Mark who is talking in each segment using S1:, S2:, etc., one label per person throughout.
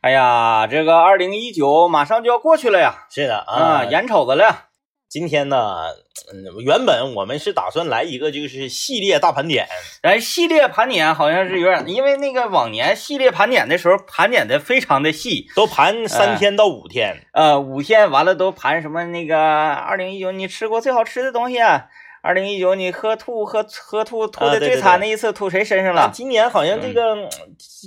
S1: 哎呀，这个二零一九马上就要过去了呀，
S2: 是的
S1: 啊，眼瞅着了呀，
S2: 今天呢，嗯，原本我们是打算来一个就是系列大 盘点，
S1: 哎，系列盘点好像是有点，因为那个往年系列盘点的时候盘点的非常的细，
S2: 都盘三天到五天。
S1: 呃，五天完了都盘什么那个二零一九你吃过最好吃的东西、啊，二零一九你喝吐喝喝吐吐
S2: 啊
S1: 的
S2: 对
S1: 最
S2: 对
S1: 惨
S2: 对啊
S1: 的一次吐谁身上
S2: 但
S1: 了？
S2: 今年好像这
S1: 嗯
S2: 个，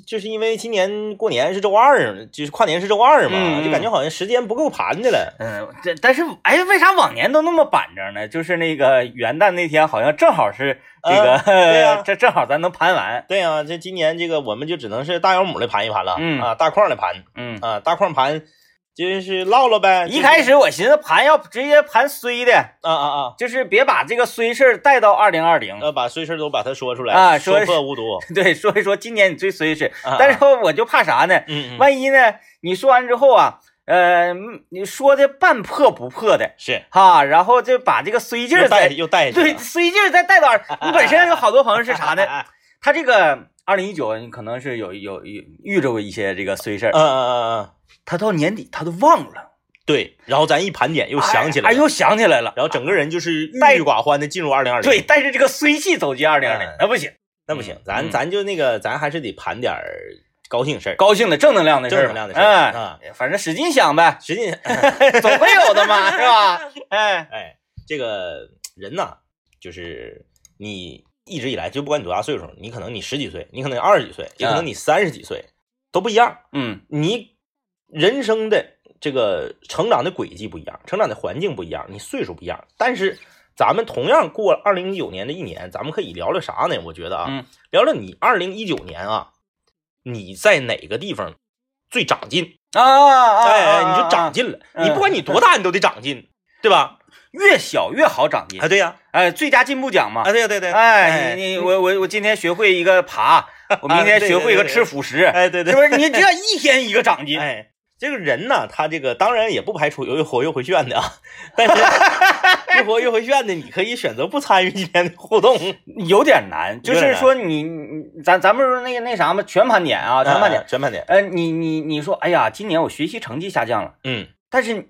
S2: 就是因为今年过年是周二，就是跨年是周二嘛，
S1: 嗯
S2: 就感觉好像时间不够盘的了。
S1: 嗯，这但是哎，为啥往年都那么板正呢？就是那个元旦那天好像正好是这个，
S2: 啊对呀
S1: 这正好咱能盘完。
S2: 对啊，这今年这个我们就只能是大姚母来盘一盘了，
S1: 嗯
S2: 啊，大矿来盘
S1: 嗯，
S2: 啊，大矿盘就是唠唠呗。
S1: 一开
S2: 始
S1: 始我寻思盘要直接盘衰的，
S2: 啊啊啊，
S1: 就是别把这个衰事儿带到二零二零。
S2: 呃，把碎事儿都把它说出来
S1: 啊说
S2: 说破无毒。
S1: 对，说一说今年你最衰的事
S2: 啊，
S1: 但是我就怕啥呢？
S2: 嗯，嗯
S1: 万一呢？你说完之后啊，呃，你说的半破不破的
S2: 是
S1: 哈，然后就把这个衰劲
S2: 又
S1: 儿
S2: 带
S1: 再
S2: 又带去
S1: 对
S2: 了
S1: 衰劲儿再带到 二。我本身有好多朋友是啥呢？
S2: 啊
S1: 他这个二零一九，你可能是有有有遇着过一些这个衰事
S2: 嗯
S1: 儿，
S2: 嗯嗯嗯。
S1: 他到年底他都忘了，
S2: 对，然后咱一盘点又想起来
S1: 哎，哎
S2: 了，
S1: 又想起来了。
S2: 然后整个人就是郁
S1: 带
S2: 郁寡欢的进入二零二零。
S1: 对，，带着这个衰气走进二零二零
S2: 嗯，
S1: 那不行，
S2: 那不行
S1: 嗯，
S2: 咱
S1: 嗯
S2: 咱就那个，咱还是得盘点儿高兴事儿，
S1: 高兴的正能量的事儿吧，
S2: 正能量的事儿啊
S1: 哎，反正使劲想呗，
S2: 使劲，
S1: 总会有的 嘛，是吧？哎，
S2: 哎，这个人呐，就是你一直以来，就不管你多大岁数，你可能你十几岁，你可能二十几岁，也可能你三十几岁，都不一样。
S1: 嗯
S2: 你人生的这个成长的轨迹不一样，成长的环境不一样，你岁数不一样。但是咱们同样过二零一九年的一年，咱们可以聊聊啥呢？我觉得啊，
S1: 嗯
S2: 聊聊你二零一九年啊，你在哪个地方最长进？
S1: 啊啊，啊
S2: 哎，你就长，
S1: 啊
S2: 进了。
S1: 嗯
S2: 你不管你多大，你都得长进，对吧？
S1: 越小越好长进
S2: 啊，，对呀、
S1: 哎，最佳进步奖嘛
S2: 啊，，对呀、对对，
S1: 哎，你你我我我今天学会一个 爬，我明天学会一个吃辅食，
S2: 哎，对对
S1: 是不是？你这一天一个长进，
S2: 哎，这个人呢，他这个当然也不排除有又活又回旋的啊，但是又活又回旋的，你可以选择不参与今天的互动，
S1: 有点难，就
S2: 有点
S1: 是
S2: 难
S1: 说你你咱咱们说那个那啥嘛，全盘点 啊，全盘点
S2: 啊，全盘点，
S1: 呃，你你你说，哎呀，今年我学习成绩下降了，
S2: 嗯，
S1: 但是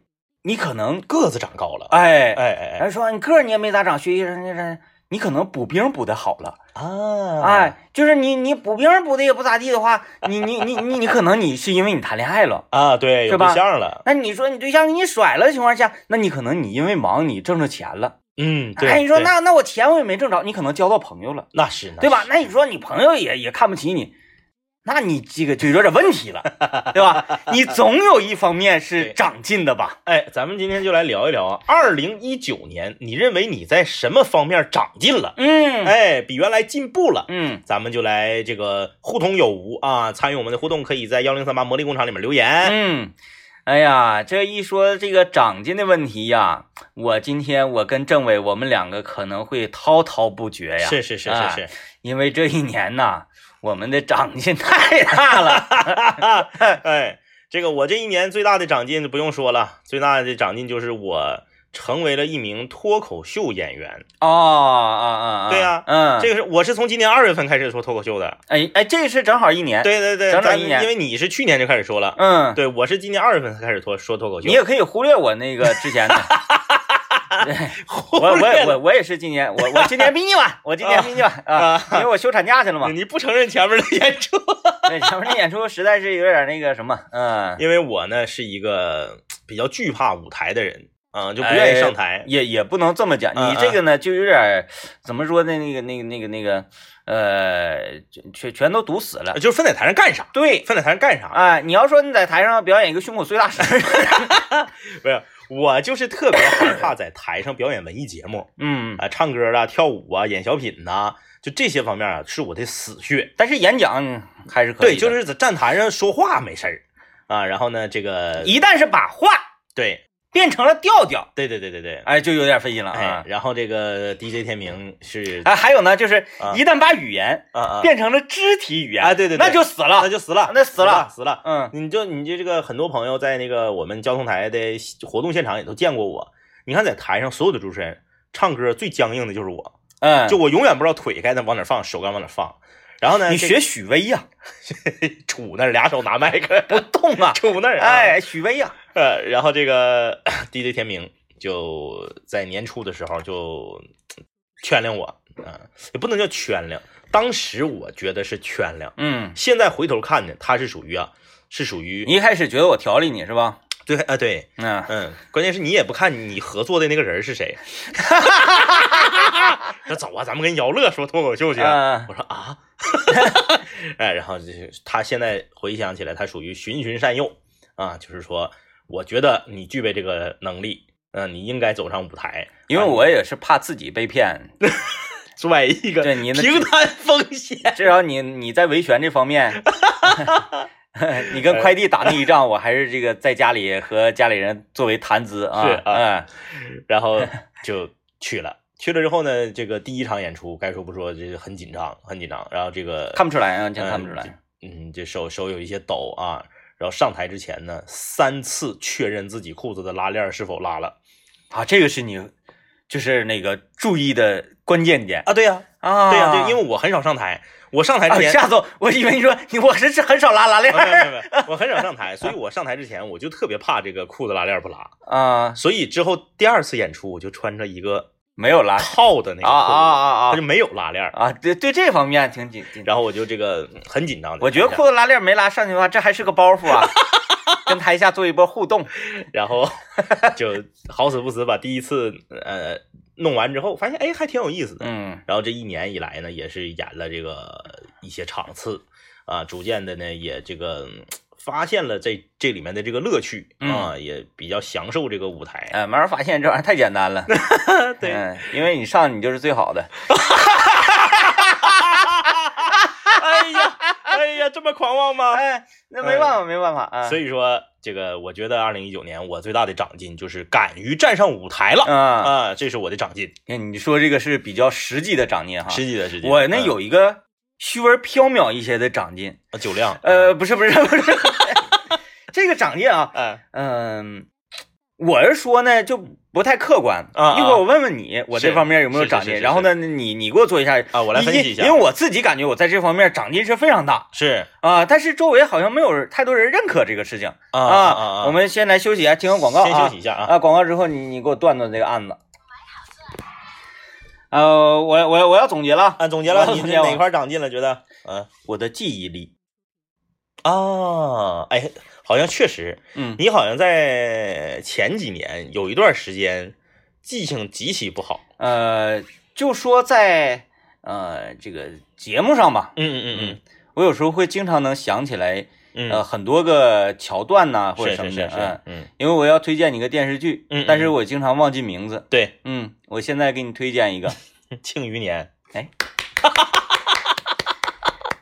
S1: 你可能
S2: 个子长高了，
S1: 哎
S2: 哎哎哎
S1: 哎，说你个儿你也没咋长，学习成绩上你可能补兵补的好了，
S2: 啊，
S1: 哎，就是你你补兵补的也不咋地的话， 你你你你你可能你是因为你谈恋爱了，
S2: 啊，对，
S1: 是
S2: 有
S1: 吧
S2: 对象了，
S1: 那你说你对象给你甩了的情况下，那你可能你因为忙你挣着钱了，
S2: 嗯，对，
S1: 哎，你说
S2: 对
S1: 那那我钱我也没挣着，你可能交到朋友了，
S2: 那是那
S1: 对吧
S2: 是？
S1: 那你说你朋友也也看不起你。那你这个就有点问题了，对 吧？你总有一方面是
S2: 对
S1: 长进的吧？
S2: 哎，咱们今天就来聊一聊啊，二零一九年，你认为你在什么方面长进了？
S1: 嗯，
S2: 哎，比原来进步了。
S1: 嗯，
S2: 咱们就来这个互通有无啊！参与我们的互动，可以在幺零三八魔力工厂里面留 言。
S1: 嗯，哎呀，这一说这个长进的问题呀，我今天我跟政委我们两个可能会滔滔不绝呀，
S2: 是是是
S1: 啊
S2: 是是，
S1: 因为这一年呐，我们的长进太大 了。
S2: 哎，这个我这一年最大的长进就不用说了，最大的长进就是我成为了一名脱口秀演员。
S1: 哦，啊啊啊，
S2: 对呀
S1: 嗯，
S2: 这个是我是从今年二月份开始说脱口秀的。
S1: 哎哎，这是正好一年，，
S2: 对对对，
S1: 整整
S2: 咱
S1: 一年
S2: 因为你是去年就开始说了，
S1: 嗯，
S2: 对我是今年二月份才开始脱说脱口秀。
S1: 你也可以忽略我那个之 前的。
S2: 我
S1: 我我我我也是今年，我我今年比你晚，我今年比你晚啊，因为我休产假去了嘛。
S2: 你不承认前面的演出，
S1: 对，前面的演出实在是有点那个什么，嗯，
S2: 因为我呢是一个比较惧怕舞台的人啊、就不愿意上台。
S1: 也也不能这么讲，
S2: 嗯
S1: 你这个呢就有点儿怎么说呢？那个那个那个那个呃，全全全都堵死了。
S2: 就是分在台上干啥？
S1: 哎对，
S2: 分在台上干啥？
S1: 啊、你要说你在台上表演一个胸口碎大石，
S2: 不是，我就是特别害怕在台上表演文艺节目
S1: 嗯
S2: 啊、，唱歌啊、跳舞啊、演小品呐、就这些方面啊，是我的死穴。
S1: 但是演讲还是可以
S2: 对，
S1: 的。
S2: 就是在站台上说话没事儿啊，然后呢，这个
S1: 一旦是把话
S2: 对
S1: 变成了调调，
S2: 对对对对对，
S1: 哎，就有点费劲了
S2: 哎
S1: 啊，。
S2: 然后这个 DJ 天明是
S1: 哎，还有呢，就是
S2: 啊
S1: 一旦把语言
S2: 啊啊，
S1: 变成了肢体语言，
S2: 啊对对对
S1: 那就死
S2: 那
S1: 了。
S2: 就死了，
S1: 那死了
S2: 死了。
S1: 嗯，
S2: 你就你就这个很多朋友在那个我们交通台的活动现场也都见过我。你看在台上所有的主持人唱歌最僵硬的就是我，
S1: 嗯，
S2: 就我永远不知道腿该往哪放，手该往哪放。然后呢，
S1: 你
S2: 这
S1: 学许巍呀、
S2: 杵那儿，俩手拿麦克，，
S1: 不动啊
S2: 杵那儿、啊，，
S1: 哎，许巍呀、
S2: 呃，然后这个 DJ 天明就在年初的时候就劝谅我啊、也不能叫劝谅，当时我觉得是劝谅，
S1: 嗯，
S2: 现在回头看呢，他是属于啊，是属于
S1: 你一开始觉得我调理你是吧？
S2: 对啊对，
S1: 嗯，
S2: 嗯，关键是你也不看你合作的那个人 是谁， 说走啊，咱们跟姚乐说脱口秀去啊。
S1: 啊
S2: 我说啊， 哎，然后就是他现在回想起来，他属于循循善诱啊，就是说，我觉得你具备这个能力，嗯、你应该走上舞台，
S1: 因为我也是怕自己被 骗，
S2: 拽一个
S1: 对你那
S2: 平摊风 险。
S1: 至少你你在维权这方 面， 你跟快递打那一仗，我还是这个在家里和家里人作为谈资啊，
S2: 是
S1: 嗯
S2: 啊然后就去了，去了之后呢，这个第一场演出，该说不说，这个很紧张，很紧张。然后这个
S1: 看不出来啊，真
S2: 嗯
S1: 看不出来，
S2: 嗯，这手手有一些抖啊。然后上台之前呢，三次确认自己裤子的拉链是否拉了
S1: 啊，这个是你就是那个注意的关键点
S2: 啊？对呀、
S1: 啊，
S2: 对呀、对，因
S1: 为
S2: 为我很少上台，我上台之
S1: 啊，
S2: 前，
S1: 吓死我，我以为你说你我是是很少拉拉链
S2: 啊 没有
S1: 儿
S2: 没有没有我很少上台，所以我上台之前我就特别怕这个裤子拉链不拉，
S1: 啊，
S2: 所以之后第二次演出我就穿着一个
S1: 没有拉
S2: 套的那个
S1: 啊啊
S2: 裤子，
S1: 啊
S2: 它
S1: 啊
S2: 就没有拉链，
S1: 啊，对对，这方面挺紧紧。
S2: 然后我就这个嗯很紧张的，
S1: 我觉得裤子拉链没拉上去的话，这还是个包袱啊，跟台下做一波互动。
S2: 然后就好死不死把第一次呃弄完之后，发现哎还挺有意思的，
S1: 嗯
S2: 然后这一年以来呢，也是演了这个一些场次啊，逐渐的呢也这个嗯发现了这这里面的这个乐趣啊，也比较享受这个舞台。
S1: 哎，慢慢发现这玩意儿太简单 了。
S2: 对
S1: 嗯，因为你上你就是最好的。
S2: 哎 呀，哎呀，这么狂妄吗？
S1: 哎，那没办法，没办法啊。
S2: 所
S1: 以，
S2: 以说，这个我觉得二零一九年我最大的长进就是敢于站上舞台了。
S1: 嗯，
S2: 啊，这是我的长进，
S1: 你说这个是比较实际的长进哈。
S2: 实际的实际的。
S1: 啊我那
S2: 嗯
S1: 有一个虚而缥缈一些的长进，
S2: 啊酒量，
S1: 呃，不是不是不是， 这个长进啊，
S2: 嗯，
S1: 嗯，我是说呢，就不太客观
S2: 啊啊
S1: 一会儿我问问你，我这方面有没有长
S2: 是是
S1: 进？
S2: 是
S1: 然后呢，你你给我做一下
S2: 啊我来分析一下
S1: 因为我自己感觉我在这方面长进是非常大
S2: 是
S1: 啊，但是周围好像没有人太多人认可这个事情
S2: 啊
S1: 啊
S2: 啊啊，
S1: 我们先来休息一下，听个广告啊。
S2: 先休息一下啊。
S1: 啊，广告之后你你给我断断这个案子。呃，我我我要总结了，
S2: 啊，总结
S1: 我
S2: 了，
S1: 要
S2: 你
S1: 总
S2: 这
S1: 结
S2: 哪
S1: 完
S2: 块儿长进了？觉得，嗯
S1: 我的记忆力，
S2: 啊，哎，好像确实，
S1: 嗯，
S2: 你好像在前几年有一段时间记性极其不好。
S1: 呃，就说在呃这个节目上吧，
S2: 嗯嗯
S1: 我有时候会经常能想起来，
S2: 嗯
S1: 呃，很多个桥段呐、或者
S2: 是
S1: 什
S2: 是
S1: 么
S2: 是
S1: 的，
S2: 是
S1: 嗯，，
S2: 嗯，
S1: 因为我要推荐你个电视剧，
S2: 嗯嗯
S1: 但是我经常忘记名字，
S2: 对，
S1: 嗯，我现在给你推荐一 个，
S2: 庆余年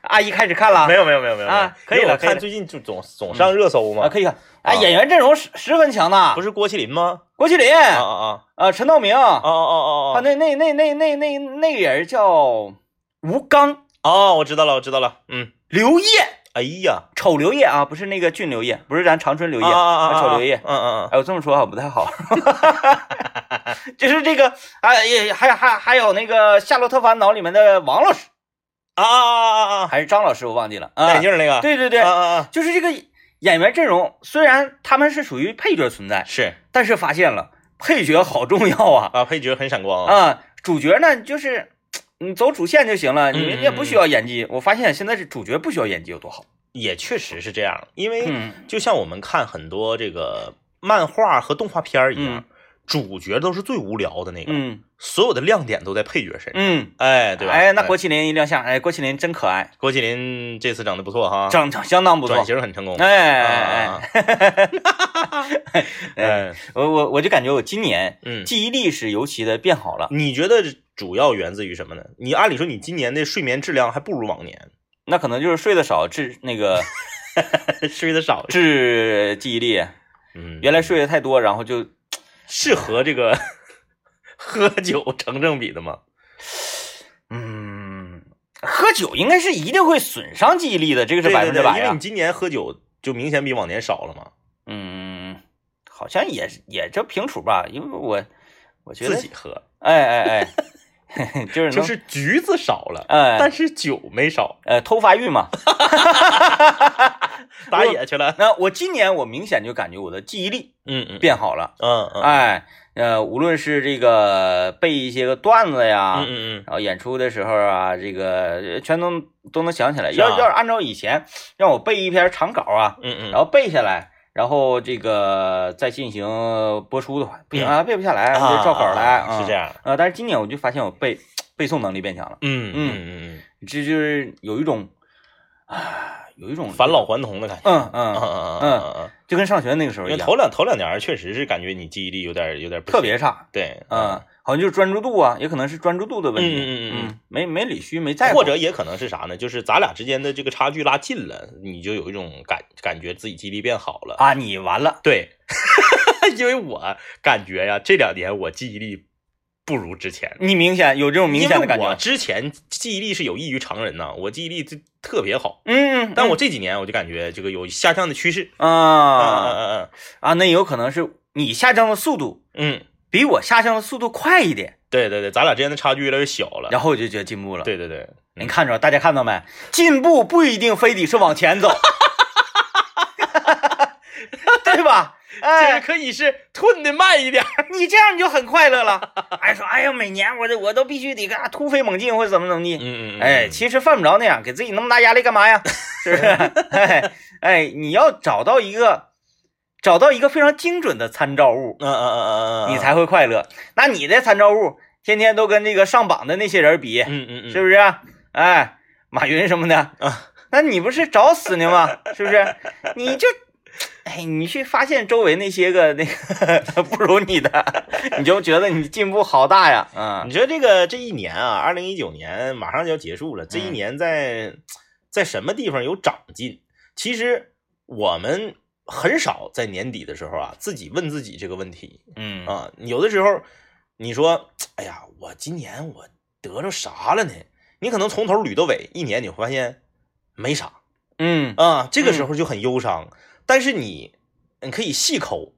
S1: 阿姨啊开始看了，
S2: 没有没有没有没有
S1: 啊
S2: 没有
S1: 可以了
S2: 我
S1: 可以
S2: 看
S1: 了
S2: 最近就总总上热搜
S1: 啊，
S2: 嘛，
S1: 可以看，哎，
S2: 啊
S1: 演员阵容十十分强呐，
S2: 不
S1: 是
S2: 是郭麒麟吗？
S1: 郭麒麟，
S2: 啊啊啊
S1: 呃，陈道明，
S2: 啊啊
S1: 啊，
S2: 啊啊啊！
S1: 那那那那那那那个人叫吴刚，
S2: 哦，我知道了，我知道了，嗯，
S1: 刘烨，
S2: 哎呀，
S1: 丑刘烨啊，不是那个俊刘烨，不是咱长春刘烨，
S2: 啊啊啊，
S1: 丑刘烨，
S2: 嗯嗯嗯，
S1: 哎，我这么说好像不太好， 就是这个啊，也还有还还有那个《夏洛特烦恼》里面的王老师
S2: 啊啊啊啊啊，
S1: 还是张老师，我忘记了啊。
S2: 戴眼镜那个，
S1: 对对对，
S2: 啊啊啊，
S1: 就是这个演员阵容，虽然他们是属于配角存在，
S2: 是
S1: 但是发现了配角好重要啊
S2: 啊，配角很闪光啊，
S1: 啊，主角呢就是。你走主线就行了，你
S2: 嗯嗯
S1: 也不需要演技。我发现现在这主角不需要演技有多好。
S2: 也确实是这样，因为
S1: 嗯
S2: 就像我们看很多这个漫画和动画片儿一样，
S1: 嗯
S2: 主角都是最无聊的那个，
S1: 嗯
S2: 所有的亮点都在配角身上。
S1: 嗯，
S2: 哎，对吧？
S1: 哎，那郭麒麟一亮相，哎，郭麒麟真可爱，
S2: 郭麒麟这次整的不错哈，
S1: 长长相当不错
S2: 啊转。型很成功。
S1: 哎哎哎
S2: 哎， 哎，
S1: 我我我就感觉我今年
S2: 嗯，
S1: 记忆力是尤其的变好了。
S2: 你觉得主要源自于什么呢？你按理说你今年的睡眠质量还不如 往年，
S1: 那可能就是睡得少，治那 个
S2: 睡得少。
S1: 治记忆力。
S2: 嗯，
S1: 原来睡得太多，然后就是
S2: 和这个 喝酒成正比的吗？
S1: 嗯，喝酒应该是一定会损伤记忆力的，这个是
S2: 对
S1: 百
S2: 对
S1: 分之
S2: 对，
S1: 百啊
S2: 因为
S1: 呀
S2: 你。今年喝酒就明显比往年少了嘛。
S1: 嗯，好像也是也这平处吧，因为我我觉得
S2: 自己喝，
S1: 哎哎哎， 就是
S2: 就
S1: 能
S2: 是哎橘子少了，
S1: 呃
S2: 但是酒没少，
S1: 呃偷发育嘛。
S2: 打野去了。
S1: 那我今年我明显就感觉我的记忆力
S2: 嗯嗯
S1: 变好了，
S2: 嗯嗯
S1: 哎，呃，无论是这个背一些个段子呀，
S2: 嗯嗯嗯，
S1: 然后演出的时候啊，这个呃全都都能想起来。
S2: 是啊
S1: 要要是按照以前让我背一篇长稿啊，
S2: 嗯嗯，
S1: 然后背下来，然后这个再进行播出的话，不行啊，背不下来，
S2: 啊
S1: 就照稿来
S2: 啊
S1: 啊。
S2: 是这
S1: 样。
S2: 样。
S1: 呃，但是今年我就发现我背背诵能力变强了，
S2: 嗯
S1: 嗯
S2: 嗯嗯
S1: 这就是有一种啊，有一种
S2: 嗯，返老还童的感觉。
S1: 嗯
S2: 嗯
S1: 嗯，
S2: 嗯嗯嗯嗯，
S1: 就跟上学那个时候
S2: 因
S1: 一
S2: 为
S1: 样，
S2: 头两头两年确实是感觉你记忆力有点有点不行
S1: 特别差。
S2: 对，
S1: 嗯，好像就是专注度啊，也可能是专注度的问题。
S2: 嗯嗯嗯嗯
S1: 没没理虚，没在乎。
S2: 或者也可能是啥呢？就是咱俩之间的这个差距拉近了，你就有一种感感觉自己记忆力变好了。
S1: 啊，你完了。
S2: 对， 因为我感觉呀，这两年我记忆力不如之前，
S1: 你明显有这种明显的感
S2: 因为
S1: 觉。啊
S2: 我之前记忆力是有益于常人呐、我记忆力就特别好，
S1: 嗯，嗯
S2: 但我这几年我就感觉这个有下降的趋势。
S1: 啊
S2: 嗯
S1: 啊，那有可能是你下降的速度
S2: 嗯嗯嗯，
S1: 比我下降的速度快一点，
S2: 对对对，咱俩之间的差距越来越小了。
S1: 然后我就觉得进步了。，
S2: 对对对，
S1: 您看着大家看到没？进步不一定非得是往 前走，对吧？
S2: 这个
S1: 哎，
S2: 可以是吞的慢一点儿。
S1: 你这样你就很快乐了。哎，说哎呀，每年我这我都必须得干突飞猛进或者怎么怎么地。
S2: 嗯嗯，
S1: 哎，其实犯不着那样，给自己那么大压力干嘛呀？是不是？哎哎，你要找到一个，找到一个非常精准的参照物，
S2: 嗯嗯嗯嗯嗯，
S1: 你才会快乐。那你的参照物天天都跟这个上榜的那些人比，
S2: 嗯嗯嗯，
S1: 是不是啊？哎，马云什么的，
S2: 啊
S1: 那你不是找死呢吗？ 是不是？你就。哎，你去发现周围那些个 那个不如你的，你就觉得你进步好大呀，嗯
S2: 你说这个这一年啊，二零一九年马上就要结束了，这
S1: 嗯
S2: 一年在、在什么地方有长进？其实我们很少在年底的时候啊，自己问自己这个问题
S1: 嗯
S2: 啊。有的时候你说，哎呀，我今年我得着啥了呢？你可能从头捋到尾，一年你会发现没啥
S1: 嗯
S2: 啊，这个时候就很忧伤。但是你你可以细抠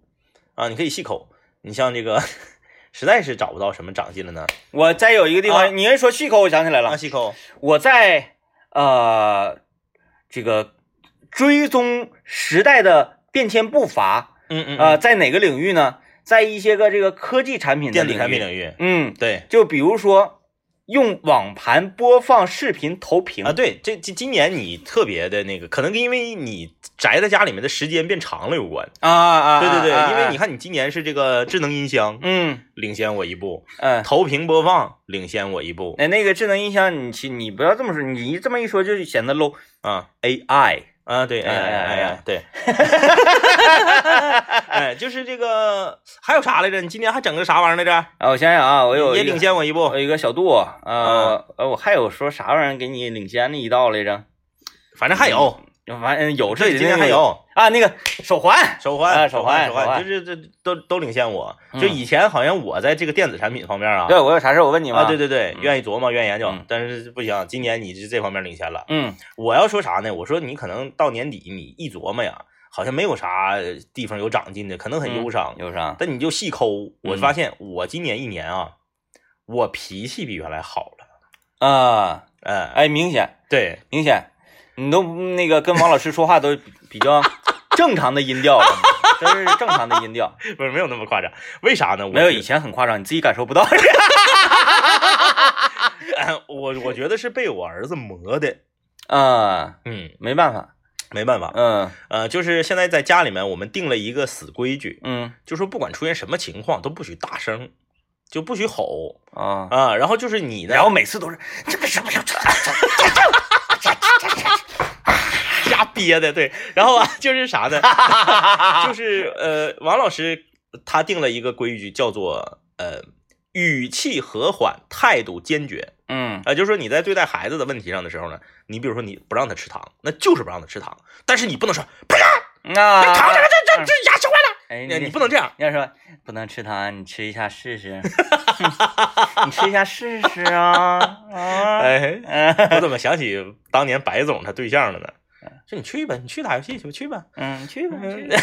S2: 啊，你可以细抠。你像这个，实在是找不到什么长进了呢。
S1: 我再有一个地
S2: 啊
S1: 方，你一说细口，我想起来了
S2: 啊，，细抠，
S1: 我在呃这个追踪时代的变迁步伐，
S2: 嗯嗯
S1: 呃，，在哪个领域呢？在一些个这个科技产品的
S2: 电子
S1: 领域，
S2: 产品领域，
S1: 嗯，
S2: 对
S1: 就比如说用网盘播放视频投屏
S2: 啊，对，这今今年你特别的那个，可能因为你宅在家里面的时间变长了有关。
S1: 啊啊
S2: 对对对，因为你
S1: 你
S2: 看你今年是这个智能音箱
S1: 嗯
S2: 领先我一步，
S1: 嗯。
S2: 投屏播放领先我一步
S1: 那那个智能音箱，你其你不要这么说，你一这么一说就显得 low
S2: 啊
S1: AI。
S2: 啊，对，哎
S1: 哎
S2: 哎
S1: 哎
S2: 哎哎，对，哎，就是这个还有啥来着？你今年还整个啥玩意儿来着？
S1: 啊，我想想啊，我有
S2: 也
S1: 一个
S2: 领，先啊我一步
S1: 我，有一个小度，呃呃，我还有说啥玩意儿给你领先的一道来着？
S2: 反正还有，
S1: 完嗯有这
S2: 对，
S1: 几
S2: 今
S1: 天
S2: 年还有。
S1: 啊，那个手环，
S2: 手环
S1: 哎手
S2: 手手
S1: 环手
S2: 环，就是这都都领先我。
S1: 嗯
S2: 就以前好像我在这个电子产品方面啊，
S1: 对我有啥事儿我问你吗？
S2: 啊，对，对对
S1: 嗯，
S2: 愿意琢磨，愿意研究
S1: 嗯，
S2: 但是不行，今年你是这方面领先了。
S1: 嗯
S2: 我要说啥呢？我说你可能到年底，你一琢磨呀，好像没有啥地方有长进的，可能很
S1: 嗯
S2: 忧伤。
S1: 忧伤，
S2: 但你就细抠，我
S1: 嗯
S2: 发现我今年一年啊，我脾气比原来好了。
S1: 啊，
S2: 哎，
S1: 哎，明显
S2: 对，
S1: 明显，你都那个跟王老师说话都比较正常的音调了， 都是正常的音调，
S2: 不是没有那么夸张，为啥呢？我
S1: 没有
S2: 觉
S1: 以前很夸张，你自己感受不到。
S2: 哎我我觉得是被我儿子磨的。
S1: 啊，
S2: 嗯，
S1: 没办法，
S2: 没办法，
S1: 嗯
S2: 呃，就是现在在家里面，我们定了一个死规矩，
S1: 嗯
S2: 就说不管出现什么情况都不许大声，就不许吼
S1: 啊，
S2: 啊。然后就是你呢
S1: 然，后每次都是这个什么什么，
S2: 瞎憋的，对。然后啊，就是啥呢？ 就是呃，王老师他定了一个规矩，叫做呃。语气和缓，态度坚决
S1: 嗯
S2: 啊、呃就是说你在对待孩子的问题上的时候呢，你比如说你不让他吃糖，那就是不让他吃糖，但是你不能说不是
S1: 啊，
S2: 糖这个这这这牙吃坏了，
S1: 哎，
S2: 你不能这样，
S1: 要说不能吃糖，你吃一下试试， 你吃一下试试啊啊！
S2: 哎，
S1: 嗯
S2: 我怎么想起当年白总他对象了呢？说你去吧，你去打游戏去吧，去 吧。
S1: 嗯，去吧，去吧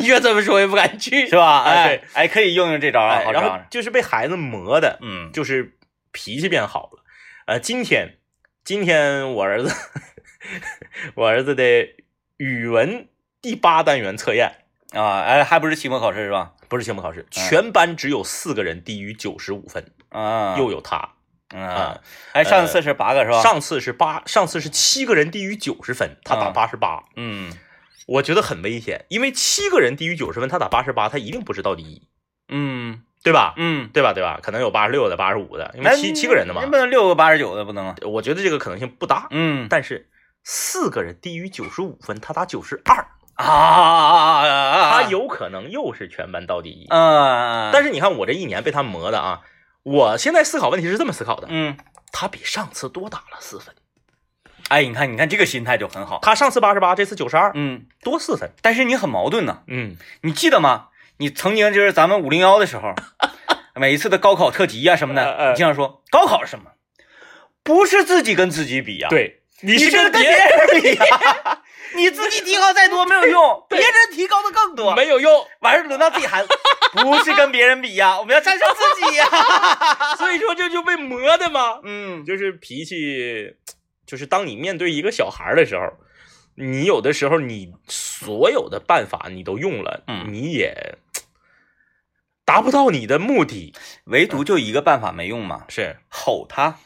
S2: 越这么说越不敢去
S1: 是吧？
S2: 哎
S1: 哎哎，可以用用这招啊，
S2: 哎
S1: 好
S2: 然
S1: 招
S2: 后
S1: 啊。
S2: 就是被孩子磨的，
S1: 嗯
S2: 就是脾气变好了。呃，今天今天我儿子 我儿子的语文第八单元测验
S1: 啊，哎，还不是期末考试是吧？
S2: 不是期末考试，全班只有四个人低于九十五分，
S1: 啊，
S2: 又有他。
S1: 啊，哎，上次是八个是吧？
S2: 上次嗯是八，上次是七个人低于九十分，他打
S1: 啊
S2: 八十八，
S1: 嗯
S2: 我觉得很危险，因为七个人低于九十分，他打八十八，他一定不是到第一，
S1: 嗯
S2: 对吧？
S1: 嗯，哎
S2: 对吧？对吧？可能有八十六的、八十五的，因为
S1: 那
S2: 七七个人的嘛
S1: 那，不能六个八十九的不能吗？啊
S2: 我觉得这个可能性不大。
S1: 嗯
S2: 但是四个人低于九十五分，他打九十二，
S1: 啊啊啊啊！
S2: 他有可能又是全班到第一。
S1: 啊，
S2: 但
S1: 是
S2: 是你看我这一年被他磨的啊，我现在思考问题是这么思考的：
S1: 嗯，
S2: 他比上次多打了四分，
S1: 哎，你看你看这个心态就很好。
S2: 他上次八十八，这次九十二，
S1: 嗯，
S2: 多四分。
S1: 但是你很矛盾呢，
S2: 嗯，
S1: 你记得吗？你曾经就是咱们五零幺的时候，每一次的高考特辑呀、啊什么
S2: 呃呃
S1: 的，你经常说高考是什么？不是自己跟自己比呀、，啊
S2: 对，你
S1: 你
S2: 是
S1: 是
S2: 跟
S1: 跟
S2: 别
S1: 别
S2: 人啊
S1: 人比呀、你自己提高再多没有用，别人提高的更多。
S2: 没有用，
S1: 完事儿轮到自己喊，不是跟别人比呀、我们要战胜自己呀、
S2: 所以说这就被磨的嘛。
S1: 嗯，
S2: 就是脾气，就是当你面对一个小孩儿的时候，你有的时候你所有的办法你都用了，
S1: 嗯
S2: 你也达不到你的目的，
S1: 唯独就一个办法没用嘛，
S2: 是。
S1: 吼他。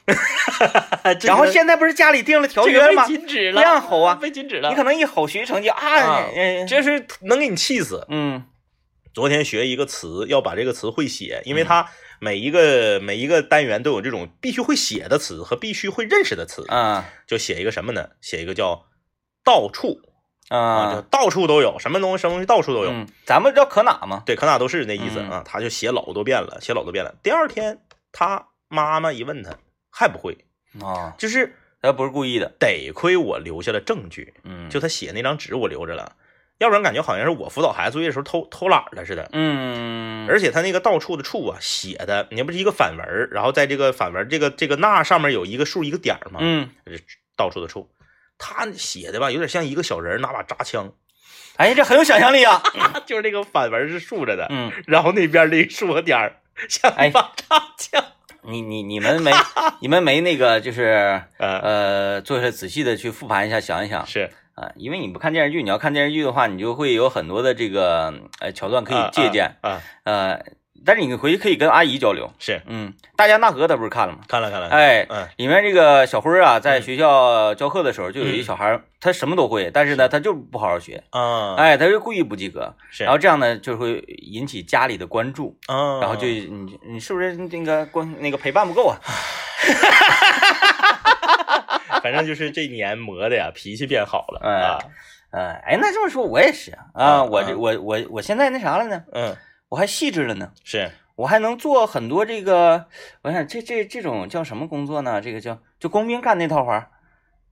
S2: 然
S1: 然
S2: 后
S1: 后
S2: 现
S1: 现在不是家里定了条
S2: 这
S1: 约
S2: 个
S1: 了
S2: 被
S1: 吗？
S2: 禁止
S1: 不
S2: 了，
S1: 让吼啊
S2: 被禁止了。
S1: 你可能一吼学习成绩啊
S2: 啊，
S1: 嗯
S2: 这是能给你气死。
S1: 嗯
S2: 昨天学一个词，要把这个词会写，因为它每一个每一个单元都有这种必须会写的词和必须会认识的词。
S1: 啊
S2: 就写一个什么呢？写一个叫到处啊，就
S1: 啊，
S2: 到处都有，什么东西什么东西到处都有。
S1: 嗯，咱们叫可哪嘛，
S2: 对，可哪都是那意思
S1: 嗯
S2: 啊。他就写老多遍了，写老多遍了。第二天他妈妈一问他，还不会，
S1: 啊，
S2: 就是
S1: 他不是故意的，
S2: 得亏我留下了证据，
S1: 嗯，
S2: 就他写那张纸我留着了，要不然感觉好像是我辅导孩子作业的时候偷偷懒了似的。
S1: 嗯，
S2: 而且他那个到处的处啊写的，你不是一个反文儿，然后在这个反文儿这个这个那上面有一个竖一个点儿吗？
S1: 嗯，
S2: 到处的处，他写的吧有点像一个小人儿拿把扎枪，
S1: 哎呀，这很有想象力 啊，
S2: 就是那个反文是竖着的，
S1: 嗯，
S2: 然后那边那竖个点儿像
S1: 哎
S2: 一把扎枪，
S1: 你你你们没你们没那个就是
S2: 呃，
S1: 呃，做下仔细的去复盘一下，想一想
S2: 是
S1: 啊，因为你不看电视剧，你要看电视剧的话，你就会有很多的这个呃桥段可以借鉴，
S2: 啊，啊
S1: 呃，但是你回去可以跟阿姨交流，
S2: 是
S1: 嗯，大江大河他不是看了吗？
S2: 看了看了，
S1: 哎，
S2: 嗯
S1: 里面这个小辉儿啊，在学校教课的时候，就有
S2: 嗯
S1: 一小孩儿，他什么都会，但是呢，他就不好好学，
S2: 啊，，
S1: 哎，他就故意不及格，
S2: 是，
S1: 然后这样呢，就会引起家里的关注，
S2: 啊，
S1: 然后就你你是不是那个光那个陪伴不够啊？
S2: 反正就是这年磨的呀，脾气变好了
S1: 哎
S2: 啊，
S1: 哎哎，那这么说，我也是
S2: 啊
S1: 啊，我这
S2: 啊
S1: 我我我现在那啥了呢？
S2: 嗯，
S1: 我还细致了呢，
S2: 是
S1: 我还能做很多这个，我想这这这种叫什么工作呢？这个叫就工兵干那套活儿，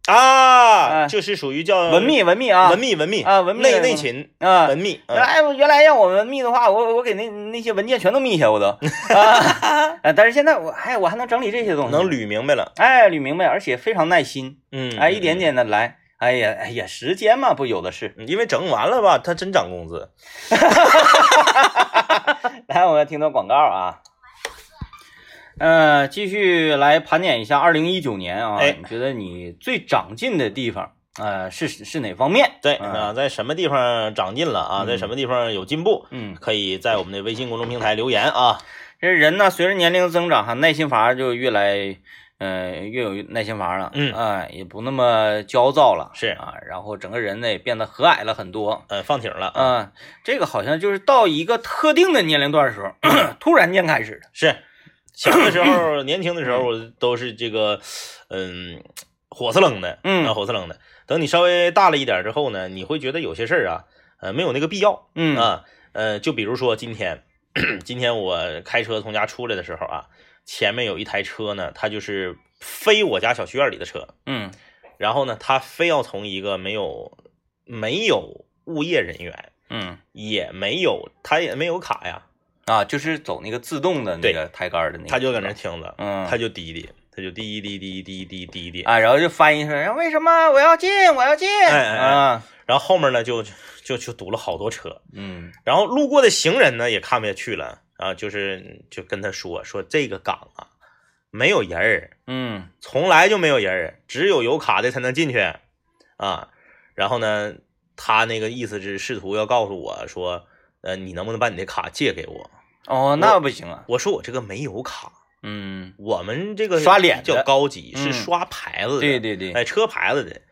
S2: 啊，
S1: 哎
S2: 就是属于叫
S1: 文秘文秘啊
S2: 文秘文秘
S1: 啊文秘
S2: 内
S1: 文秘
S2: 内勤
S1: 啊，
S2: 文秘，嗯
S1: 原来我原来让我们密的话，我我给那那些文件全都密一 下，我都啊，啊但是现在我哎，我还能整理这些东西，
S2: 能捋明白了，
S1: 哎捋明白，而且非常耐心，
S2: 嗯，
S1: 哎，一点点的来，哎呀哎呀，时间嘛不有的是，
S2: 嗯。因为整完了吧，他真涨工资。
S1: 来我们听段广告啊，呃，继续来盘点一下二零一九年啊，
S2: 哎
S1: 你觉得你最长进的地方，呃，是是哪方面？
S2: 对
S1: 嗯
S2: 啊，在什么地方长进了啊？在什么地方有进步？
S1: 嗯，
S2: 可以在我们的微信公众平台留言啊。
S1: 这人呢，随着年龄增长哈，耐心阀就越来，呃，越有耐心阀了，
S2: 嗯
S1: 啊、也不那么焦躁了，
S2: 是
S1: 啊，然后整个人呢也变得和蔼了很多，
S2: 呃，放挺了
S1: 啊、，这个好像就是到一个特定的年龄段的时候， 突然间开始的，
S2: 是小的时 候、年轻的时候我都是这个，嗯，火刺楞的，
S1: 嗯
S2: 啊火刺楞的。等你稍微大了一点之后呢，你会觉得有些事儿啊，呃，没有那个必要
S1: 嗯
S2: 啊，呃，就比如说今天， 今天我开车从家出来的时候啊，前面有一台车呢，它就是非我家小区院里的车，
S1: 嗯
S2: 然后呢，他非要从一个没有没有物业人员，
S1: 嗯，
S2: 也没有他也没有卡呀，
S1: 啊，就是走那个自动的那个抬杆儿的那个，
S2: 他就搁那，听着，
S1: 嗯，
S2: 他就滴滴，他就滴滴滴滴滴滴滴，
S1: 啊，然后就翻译说，为什么我要进，我要进，
S2: 哎哎哎
S1: 啊，
S2: 然后后面呢就就就堵了好多车，
S1: 嗯
S2: 然后路过的行人呢也看不下去了啊，就是就跟他说说这个岗啊没有人儿，
S1: 嗯
S2: 从来就没有人儿，只有有卡的才能进去啊。然后呢，他那个意思是试图要告诉我说，呃，你能不能把你的卡借给我？
S1: 哦，那不行啊，
S2: 我说我这个没有卡，
S1: 嗯，
S2: 我们这个
S1: 刷脸的
S2: 比较高级，
S1: 嗯
S2: 是刷牌子的，
S1: 对对对，
S2: 哎，车牌子的，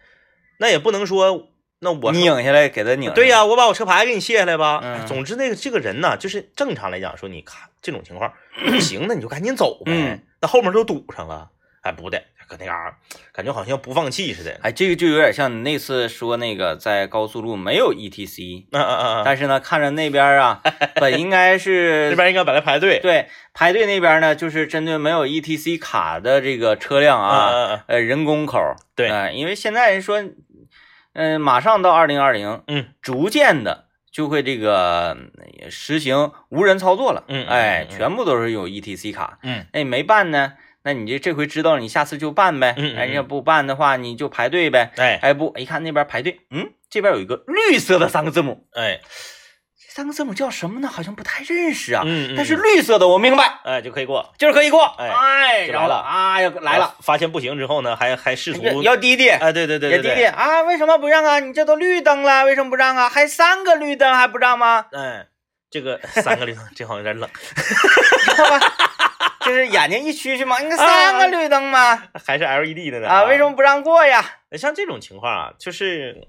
S2: 那也不能说那我
S1: 你拧下来给他拧，
S2: 对呀、，我把我车牌给你卸下来吧。
S1: 嗯
S2: 总之，那个这个人呢，就是正常来讲说，你看这种情况不行，那你就赶紧走呗
S1: 嗯。
S2: 那、后面都堵上了，哎，不对，搁那嘎、感觉好像不放弃似的。
S1: 哎，这个就有点像你那次说那个在高速路没有 E T C，
S2: 嗯嗯嗯嗯，
S1: 但是呢，看着那边 啊，本应该是
S2: 这边应该本来排队。
S1: 对排队那边呢，就是针对没有 E T C 卡的这个车辆
S2: 嗯
S1: 啊，
S2: 嗯嗯，
S1: 呃，人工口儿，
S2: 对
S1: 哎因为现在人说，嗯、马上到二零二零，
S2: 嗯，
S1: 逐渐的就会这个呃实行无人操作了，
S2: 嗯嗯
S1: 哎，
S2: 嗯嗯
S1: 全部都是有 E T C 卡，
S2: 嗯，
S1: 那、你没办呢，那你就这回知道了，你下次就办呗，
S2: 嗯嗯嗯
S1: 哎，要不办的话你就排队呗，
S2: 哎
S1: 哎不，一看那边排队，嗯，这边有一个绿色的三个字母，
S2: 哎，
S1: 这三个字母叫什么呢？好像不太认识啊，
S2: 嗯，嗯
S1: 但是
S2: 嗯
S1: 绿色的我明白，
S2: 哎就可以过。
S1: 就是可以过，
S2: 哎
S1: 哎，
S2: 就
S1: 然后
S2: 来了
S1: 哎呀来了，，
S2: 发现不行之后呢，还还试图
S1: 要要滴滴。
S2: 哎，对对对
S1: 也
S2: 对
S1: 弟弟
S2: 对，
S1: 啊，为什么不让啊？你这都绿灯了，为什么不让啊？还三个绿灯还不让吗？
S2: 哎，这个三个绿灯， 这好像有点冷，
S1: 就是眼睛一蛐 蛐嘛，你看三个绿灯嘛，
S2: 还是 LED 的呢
S1: 啊啊，为什么不让过呀？
S2: 像这种情况啊，就是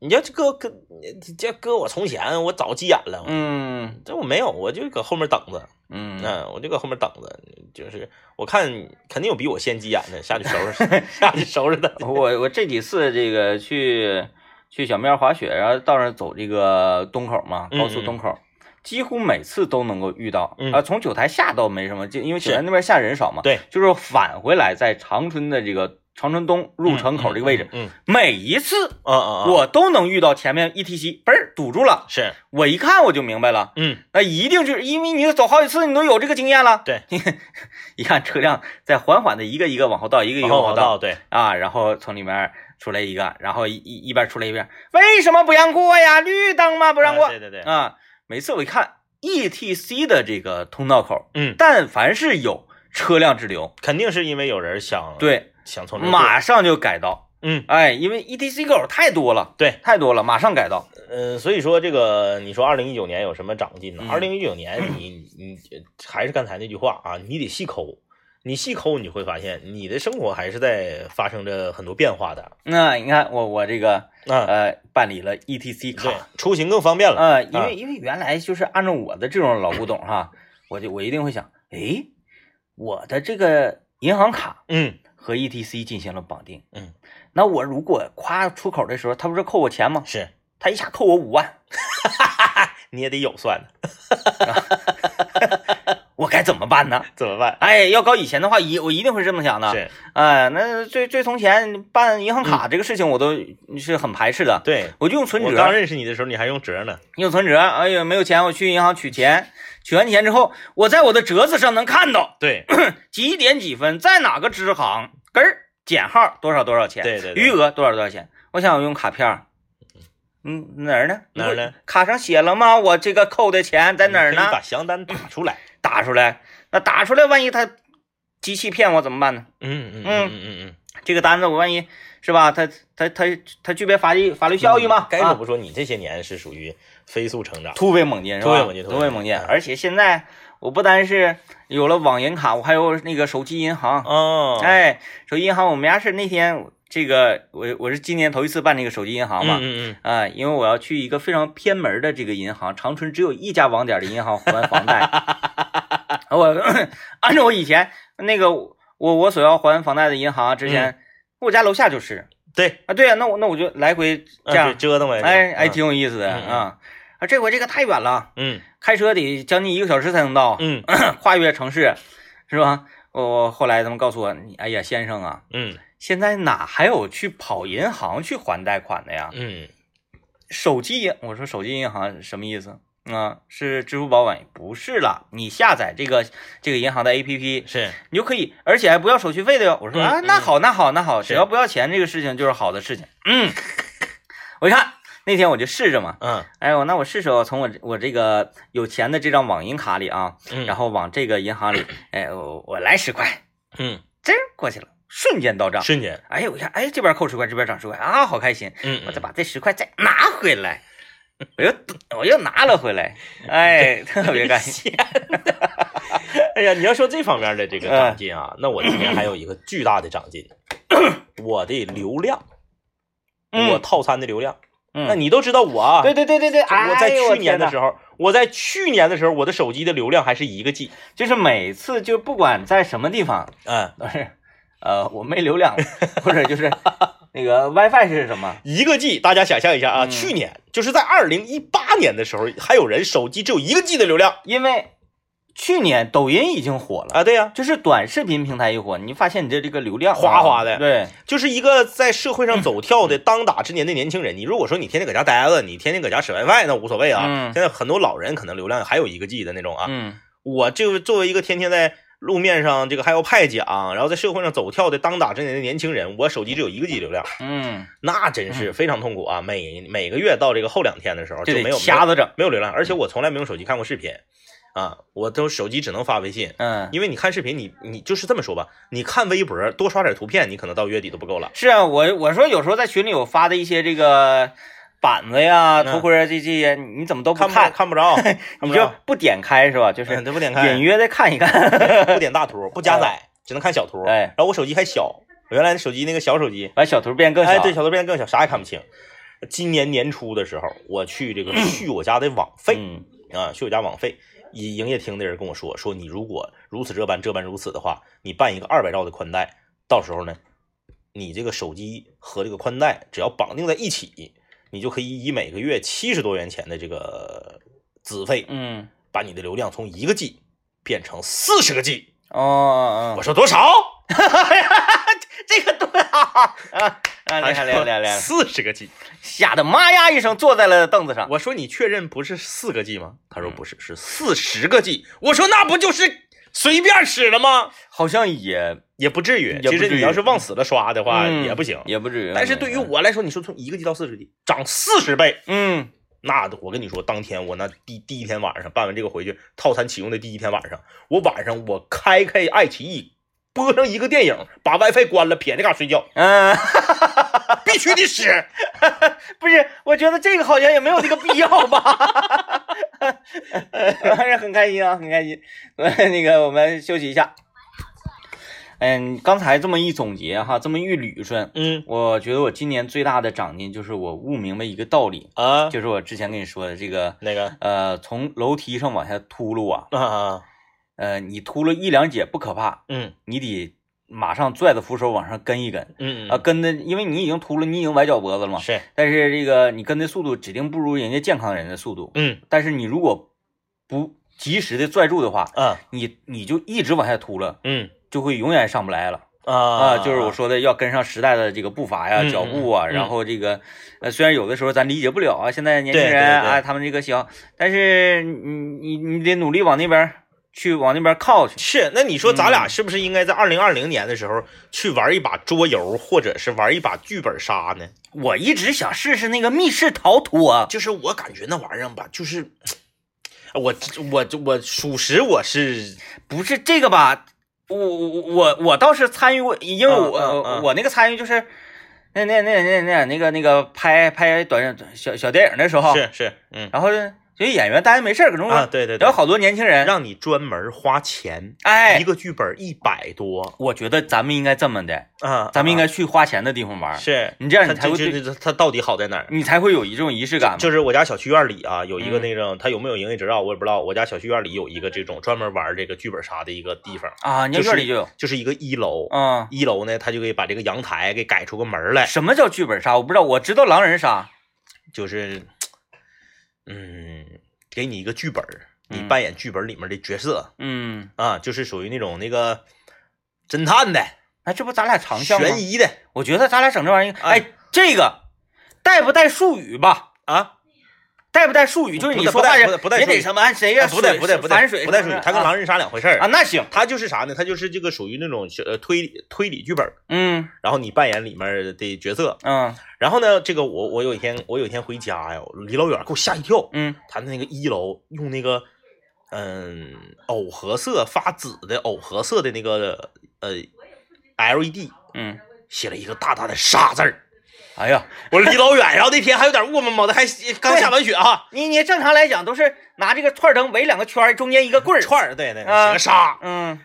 S2: 你要搁搁，你这搁我从前，我早急眼了。
S1: 嗯
S2: 这我没有，我就搁后面等着，
S1: 嗯，
S2: 嗯，我就搁后面等着，就是我看肯定有比我先急眼的，下去收 拾，下去收拾他。
S1: 我我这几次这个去去小庙滑雪，然后到那儿走这个东口嘛，
S2: 嗯
S1: 高速东口，几乎每次都能够遇到。
S2: 嗯
S1: 啊，从九台下倒没什么，就因为九
S2: 是
S1: 台那边下人少嘛。
S2: 对，
S1: 就是返回来在长春的这个长春东入城口这个位置，
S2: 嗯，
S1: 每一次
S2: 嗯嗯，嗯
S1: 我都能遇到前面 ETC，嘣儿堵住了，
S2: 是，
S1: 我一看我就明白了，
S2: 嗯，
S1: 那一定就是因为你走好几次，你都有这个经验了。
S2: 对，
S1: 一看车辆在缓缓的一个一个往后倒，一个一
S2: 然
S1: 个
S2: 后
S1: 往后
S2: 我
S1: 倒
S2: 到对，
S1: 啊，然后从里面出来一个，然后一一一边出来一边，为什么不让过呀？绿灯吗？不
S2: 不
S1: 让过
S2: 对对对，
S1: 啊！每次我一看 ETC 的这个通道口，
S2: 嗯，
S1: 但凡是有车辆滞留，
S2: 肯定是因为有人想
S1: 对，
S2: 想从这儿过，
S1: 马上就改道。
S2: 嗯，
S1: 哎，因为 ETC 口太多了，
S2: 对，
S1: 太多了，马上改道。
S2: 呃，所以说这个你说二零一九年有什么长进呢
S1: 嗯？
S2: 二零一九年你你你还是刚才那句话啊，你得细抠。你细抠，你会发现你的生活还是在发生着很多变化的。
S1: 那你看我我这个
S2: 啊，
S1: 呃办理了 ETC
S2: 对嗯
S1: 卡，，
S2: 出行更方便了。
S1: 呃，因为因为原来就是按照我的这种老古董哈，我就我一定会想，诶，我的这个银行卡
S2: 嗯
S1: 和 ETC 进行了绑定，
S2: 嗯，
S1: 那我如果夸出口的时候，他不是扣我钱吗？
S2: 是，
S1: 他一下扣我五万，
S2: 你也得有算的，
S1: 我该怎么办呢？
S2: 怎么办？啊
S1: 哎，要搞以前的话，一我一定会这么想的。
S2: 是嗯
S1: 哎，那最最从前办银行卡这个事情，我都是很排斥的。
S2: 对，
S1: 我就用存折，
S2: 我刚认识你的时候，你还用折呢。
S1: 用存折，哎呀，没有钱，我去银行取钱，取完钱之后，我在我的折子上能看到
S2: 对，
S1: 几点几分在哪个支行，根儿减号多少多少钱，
S2: 对 对对
S1: 余额多少多少钱。我想用卡片儿，嗯，哪儿呢？
S2: 哪儿呢？
S1: 卡上写了吗？我这个扣的钱在哪儿
S2: 你可以
S1: 呢？
S2: 把详单打出来。
S1: 打出来，那打出来，万一他机器骗我怎么办呢？
S2: 嗯嗯
S1: 嗯
S2: 嗯嗯嗯，
S1: 这个单子我万一是吧？他他他他具备法律法律效益吗？
S2: 嗯该
S1: 啊
S2: 说不说，你这些年是属于飞速成长。
S1: 突飞猛进是吧？
S2: 突飞猛进
S1: 突飞猛进。
S2: 嗯
S1: 而且现在我不单是有了网银卡，我还有那个手机银行。
S2: 哦，
S1: 哎，手机银行，我们家是那天这个我我是今年头一次办这个手机银行
S2: 嗯，
S1: 嘛。
S2: 嗯嗯嗯，
S1: 啊、因为我要去一个非常偏门的这个银行，长春只有一家网点的银行还房 贷。我 按照我以前那个我我所要还房贷的银行，之
S2: 嗯
S1: 前、我家楼下就是
S2: 对，
S1: 啊，对呀、那我那我就来回这
S2: 啊
S1: 样，
S2: 对折腾呗。
S1: 哎
S2: 嗯
S1: 哎，挺有意思的
S2: 嗯嗯
S1: 啊。啊，这回这个太远了，
S2: 嗯
S1: 开车得将近一个小时才能到，
S2: 嗯
S1: 跨越城市，是吧？我我后来他们告诉我，你哎呀，先生啊，
S2: 嗯
S1: 现在哪还有去跑银行去还贷款的呀？
S2: 嗯，
S1: 手机银，我说手机银行什么意思？啊、是支付宝网不是啦，你下载这个这个银行的 APP，
S2: 是
S1: 你就可以，而且还不要手续费的哟。我说
S2: 嗯
S1: 啊，
S2: 嗯
S1: 那好，那好，那好，
S2: 是
S1: 只要不要钱，这个事情就是好的事情。嗯，我一看那天我就试着嘛，
S2: 嗯
S1: 哎呦，那我试试我从我这我这个有钱的这张网银卡里啊，
S2: 嗯，
S1: 然后往这个银行里，哎，我我来十块，
S2: 嗯，
S1: 滋儿过去了，瞬间到账。
S2: 瞬间，
S1: 哎呦，我一看，哎，这边扣十块，这边涨十块啊，好开心！
S2: 嗯，
S1: 我再把这十块再拿回来，我又我又拿了回来，哎，特别开 心。
S2: 哎呀，你要说这方面的这个长进啊，那我今天还有一个巨大的长 进，我的流量，
S1: 嗯
S2: 我套餐的流量。那
S1: 嗯，
S2: 你都知道我啊，
S1: 对对对对哎对，
S2: 我在去年的
S1: 候，
S2: 时候，我在去年的时候，我的手机的流量还是一个 G。
S1: 就是每次就不管在什么地方
S2: 嗯，
S1: 都是，呃，我没流量，或者就是那 个 WiFi 是什么？
S2: 一个 G，大家想象一下啊，
S1: 嗯
S2: 去年就是在二零一八年的时候，还有人手机只有一个 G 的流量
S1: 因为去年抖音已经火了，
S2: 啊。对呀、
S1: 就是短视频平台一火，你发现你的这个流量啊
S2: 哗哗的
S1: 对，
S2: 就是一个在社
S1: 嗯
S2: 会上走跳的当打之年的年轻人。你如果说你天天搁家待着，你天天搁家使 WiFi 那无所谓啊。
S1: 嗯
S2: 现在很多老人可能流量还有一个 G 的那种啊。
S1: 嗯
S2: 我就作为一个天天在路面上这个还要派奖，然后在社会上走跳的当打之年的年轻人，我手机只有一个 G 流量，
S1: 嗯，
S2: 那真是非常痛苦啊！每每个月到这个后两天的时候
S1: 就
S2: 就没
S1: 得
S2: 有
S1: 瞎子整，
S2: 没有流量，而且我从来没用手机看过视频啊，我都手机只能发微信。
S1: 嗯。
S2: 因为你看视频，你你就是这么说吧，你看微博多刷点图片，你可能到月底都不够了。
S1: 是啊，我我说有时候在群里我发的一些这个板子呀、
S2: 嗯
S1: 头盔啊这这些，你怎么都不
S2: 看不
S1: 看？
S2: 看不 着，看
S1: 你
S2: 不
S1: 就
S2: 着，
S1: 不点开是吧？就
S2: 嗯
S1: 是
S2: 都不点
S1: 隐
S2: 开，
S1: 约的看一 看。
S2: 不点大图，不加载，只能看小图。
S1: 哎
S2: 然后我手机还小，我原来的手机那个小手机，
S1: 完小图变更小，
S2: 哎，对，小图变得更小，啥也看不清。今年年初的时候，我去 这个续我家的网费
S1: 嗯
S2: 啊，续我家网费，营营业厅的人跟我说，说你如果如此这般这般如此的话，你办一个二百兆的宽带，到时候呢，你这个手机和这个宽带只要绑定在一起，你就可以以每个月七十多元钱的这个资费，
S1: 嗯，
S2: 把你的流量从一个 G 变成四十个 G。
S1: 哦哦
S2: 我
S1: 哦，
S2: 说多少？
S1: 这个对啊啊啊！厉害
S2: 哎
S1: 厉害厉害厉害！
S2: 四十个 G。
S1: 吓得妈呀一声坐在了凳子上。
S2: 我说你确认不是四个 G 吗？
S1: 嗯
S2: 他说不是，是四十个 G。我说那不就是随便使了吗？
S1: 好像也
S2: 也不至于。
S1: 也不
S2: 其
S1: 至于
S2: 实你要是往死了刷的话
S1: 嗯
S2: 也不行。
S1: 也不至于。
S2: 但是对于我来说，你说从一个 G 到四十 G 涨四十倍，
S1: 嗯，
S2: 那我跟你说，当天我那第第一天晚上办完这个回去，套餐启用的第一天晚上，我晚上我开开爱奇艺，播上一个电影，把 WiFi 关了，撇那嘎睡觉，
S1: 嗯，
S2: 必须得使。
S1: 不是，我觉得这个好像也没有这个必要吧。 还是很开心啊，很开心。 那个，我们休息一下。嗯，刚才这么一总结哈，这么一捋顺，
S2: 嗯
S1: 我觉得我今年最大的长进就是我悟明白一个道理，
S2: 啊，
S1: 就是我之前跟你说的这个，
S2: 那个
S1: 呃，从楼梯上往下秃噜啊，
S2: 啊啊，
S1: 呃，你秃噜一两节不可怕，
S2: 嗯
S1: 你得马上拽着扶手往上跟一跟
S2: 嗯
S1: 啊，跟的，因为你已经秃噜，你已经崴脚脖子了嘛，
S2: 是
S1: 但是这个你跟的速度指定不如人家健康人的速度，
S2: 嗯
S1: 但是你如果不及时的拽住的话，
S2: 啊
S1: 你你就一直往下秃了，
S2: 嗯
S1: 就会永远上不来了
S2: 啊
S1: 啊、
S2: 啊
S1: 就是我说的要跟上时代的这个步伐呀、
S2: 嗯
S1: 脚步啊，
S2: 嗯嗯
S1: 然后这个呃，虽然有的时候咱理解不了啊，现在年轻
S2: 对
S1: 人
S2: 对对
S1: 啊，他们这个想，但是你你你得努力往那边儿去，往那边儿靠去。
S2: 是，那你说咱
S1: 嗯
S2: 俩是不是应该在二零二零年的时候去玩一把桌游，或者是玩一把剧本杀呢？
S1: 我一直想试试那个密室逃脱，啊
S2: 就是我感觉那玩意儿吧，就是我我我属实我是
S1: 不是这个吧？我我我我倒是参与过，因为我、
S2: 嗯嗯嗯
S1: 我那个参与就是。那那那那那那个那个拍拍短小小电影的时候，
S2: 是是嗯
S1: 然后呢，就演员大家没事儿搁那
S2: 啊
S1: 块
S2: 对对对
S1: 哦然后，好多年轻人，
S2: 让你专门花钱，
S1: 哎
S2: 一，个剧本一百多
S1: 我觉得咱们应该这么的，
S2: 啊，
S1: 咱们应该
S2: 啊
S1: 去花钱的地方玩儿，
S2: 是
S1: 你这样你
S2: 它
S1: 才会
S2: 就
S1: 对
S2: 就它它到底好在哪儿？
S1: 你才会有一种仪式感嘛。
S2: 就是我家小区院里啊，有一个
S1: 嗯
S2: 那种，他有没有营业执照我也不知道。我家小区院里有一个这种专门玩这个剧本杀的一个地方，
S1: 啊，你要
S2: 就是
S1: 院里就有，
S2: 就是一个一楼，
S1: 嗯，
S2: 一楼呢，他就给把这个阳台给改出个门来，
S1: 什么叫剧本杀？我不知道，我知道狼人杀，
S2: 就是，嗯，给你一个剧本儿，你
S1: 嗯
S2: 扮演剧本里面的角色
S1: 嗯，
S2: 啊，就是属于那种那个侦探的、
S1: 那哎这不咱俩长项吗？
S2: 悬疑的
S1: 我觉得咱俩整这玩意儿，
S2: 哎
S1: 哎，这个带不带术语吧？
S2: 啊，
S1: 带不带术语？就是你
S2: 不带
S1: 说话
S2: 不带
S1: 人
S2: 不带
S1: 也
S2: 术语
S1: 得什么谁呀？
S2: 哎不对不对不
S1: 反
S2: 对
S1: 水
S2: 不带属于，他跟
S1: 啊
S2: 狼人杀两回事儿
S1: 啊，。那行，
S2: 他就是啥呢？他就是这个属于那种呃推理推理剧本儿，
S1: 嗯
S2: 然后你扮演里面的角色，
S1: 嗯
S2: 然后呢，这个我我有一天我有一天回家呀，我离老远给我吓一跳，
S1: 嗯
S2: 他那个一楼用那个嗯，藕荷色发紫的藕荷色的那个呃 LED，
S1: 嗯，
S2: 写了一个大大的沙字儿。
S1: 哎呀，
S2: 我离老远，然后那天还有点雾蒙蒙的，还刚下完雪啊，
S1: 你你正常来讲都是拿这个串儿灯围两个圈儿，中间一个棍儿，
S2: 串儿对对，
S1: 啊
S2: 写个沙，
S1: 嗯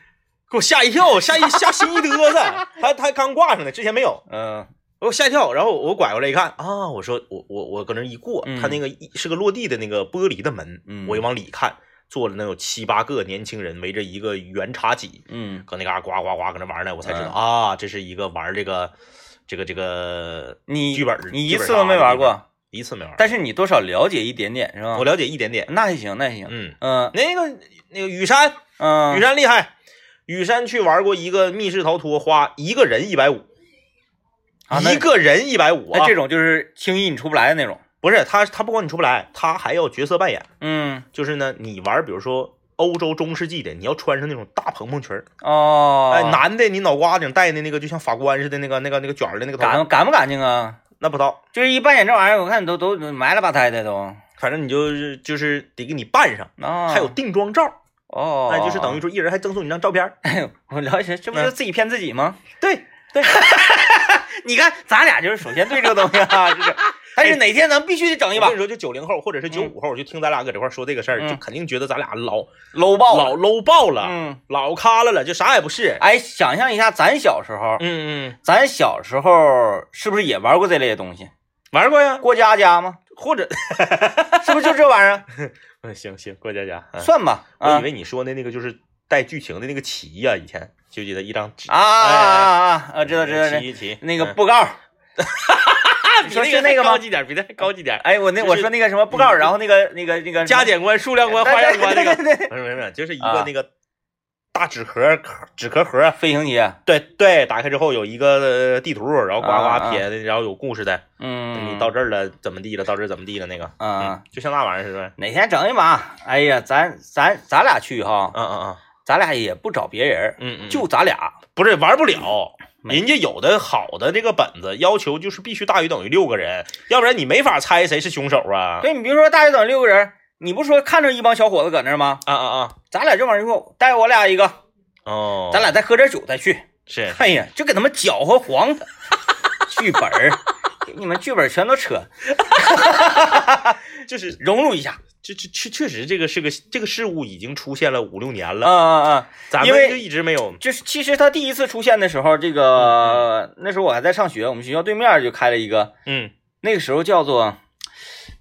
S2: 给我吓一跳，吓一吓心一嘚瑟。他他刚挂上的，之前没有，
S1: 嗯
S2: 给我吓一跳。然后我拐过来一看啊，我说我我我搁那儿一过，
S1: 嗯
S2: 他那个一是个落地的那个玻璃的门，
S1: 嗯
S2: 我一往里看，坐了能有七八个年轻人围着一个圆茶几，
S1: 嗯，
S2: 搁那嘎呱呱呱搁那玩呢，我才知道、
S1: 嗯
S2: 啊，这是一个玩这个这个这个
S1: 你
S2: 剧本儿
S1: 你
S2: 剧
S1: 一
S2: 本
S1: 次都没玩
S2: 杀的
S1: 过，
S2: 一次没玩，
S1: 但是你多少了解一点点是吧
S2: 我？了解一点点。
S1: 那还行，那还行，
S2: 嗯，
S1: 嗯
S2: 那个那个雨山，
S1: 嗯，
S2: 雨山厉害，雨山去玩过一个密室逃脱，花一个人一百五，
S1: 啊那
S2: 一个人一百五啊
S1: 那，这种就是轻易你出不来的那种，
S2: 不是他他不光你出不来，他还要角色扮演，
S1: 嗯
S2: 就是呢，你玩比如说。欧洲中世纪的，你要穿上那种大蓬蓬裙儿，
S1: 哦，
S2: 哎，男的你脑瓜顶戴的那个就像法官似的那个那个那个卷儿的那个头发，
S1: 干干不干净啊？
S2: 那不到，
S1: 就是一扮演这玩意儿，我看都都埋了吧胎的都
S2: 反正你就是就是得给你办上，
S1: 啊，
S2: 还有定妆照，
S1: 哦，
S2: 那就是等于说一人还赠送你张照片儿。
S1: 我了解，这不就自己骗自己吗？
S2: 对对，
S1: 你看，咱俩就是首先对这个东西啊，就是，但是哪天咱必须得整一
S2: 我
S1: 把
S2: 跟你说，就九零后或者是九五后，我就听咱俩搁这块儿说这个事儿，
S1: 嗯
S2: 就肯定觉得咱俩老
S1: 搂爆了
S2: 老 low 爆了，
S1: 嗯，
S2: 老咖了了，就啥也不是。
S1: 哎，想象一下，咱小时候，
S2: 嗯嗯，
S1: 咱小时候是不是也玩过这类的东西？
S2: 玩过呀，
S1: 过家家吗？
S2: 或者
S1: 是不是就这玩意儿？
S2: 嗯 行行，过家家。嗯
S1: 算吧，
S2: 我
S1: 啊
S2: 以为你说的那个就是带剧情的那个棋呀，以前记不记得一张纸
S1: 啊啊啊啊啊！知道
S2: 那
S1: 知
S2: 个
S1: 道知道，
S2: 棋棋
S1: 那个布告，
S2: 啊，
S1: 你
S2: 比
S1: 说
S2: 那
S1: 是
S2: 个
S1: 那个
S2: 还
S1: 吗
S2: 高级点，比那还高级点。
S1: 哎，我那
S2: 就是
S1: 我说那个什么布告，然后那个那个那个
S2: 加减关、数量关、花样关那个，
S1: 个
S2: 不是不是不是，就是一
S1: 啊
S2: 个那个大纸壳壳纸壳盒，啊
S1: 飞行棋，
S2: 对对，打开之后有一个呃地图，然后呱
S1: 啊
S2: 呱
S1: 啊
S2: 撇的，然后有故事的，
S1: 嗯，
S2: 你到这儿了怎么地了，到这儿怎么地了那个，
S1: 啊
S2: 嗯，就像那玩意儿似的，
S1: 哪天整一把？哎呀，咱咱咱俩去哈，
S2: 嗯嗯嗯
S1: 咱俩也不找别人，
S2: 嗯嗯，
S1: 就咱俩。
S2: 不是玩不了。
S1: 没
S2: 人家有的好的这个本子要求就是必须大于等于六个人，要不然你没法猜谁是凶手啊！
S1: 对你比如说大约等六个人，你不说看着一帮小伙子搁那儿吗？
S2: 啊啊啊！
S1: 咱俩这玩意儿说带我俩一个，
S2: 哦，
S1: 咱俩再喝点酒再去。
S2: 是
S1: 哎呀，就给他们搅和黄 的剧本儿，给你们剧本全都扯，
S2: 就是
S1: 融入一下。
S2: 这这确确实这个是个这个事物已经出现了五六年
S1: 啊
S2: 了，
S1: 啊啊！
S2: 咱
S1: 因为
S2: 们就一直没有。
S1: 就是其实他第一次出现的时候，这个那时候我还在上学，我们学校对面就开了一个，
S2: 嗯
S1: 那个时候叫做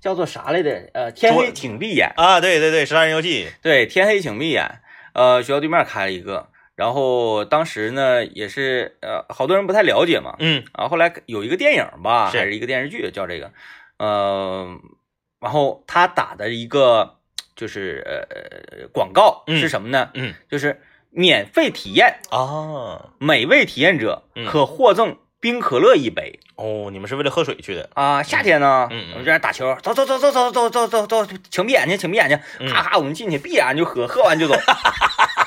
S1: 叫做啥来着？呃，天黑
S2: 桌
S1: 请闭眼。
S2: 啊，对对对，十三人游戏，
S1: 对，天黑请闭眼。呃，学校对面开了一个，然后当时呢也是呃，好多人不太了解嘛。
S2: 嗯
S1: 啊，后来有一个电影吧，
S2: 是
S1: 还是一个电视剧叫这个，呃，然后他打的一个就是呃广告
S2: 嗯
S1: 是什么呢？
S2: 嗯
S1: 就是免费体验，
S2: 啊，
S1: 每位体验者
S2: 嗯
S1: 可获赠冰可乐一杯。
S2: 哦，你们是为了喝水去的，
S1: 啊，夏天呢，
S2: 嗯嗯
S1: 我们在那打球，走走走走走走走走走，请闭眼睛，请闭眼睛，
S2: 嗯
S1: 咔咔，我们进去闭眼就喝，喝完就走，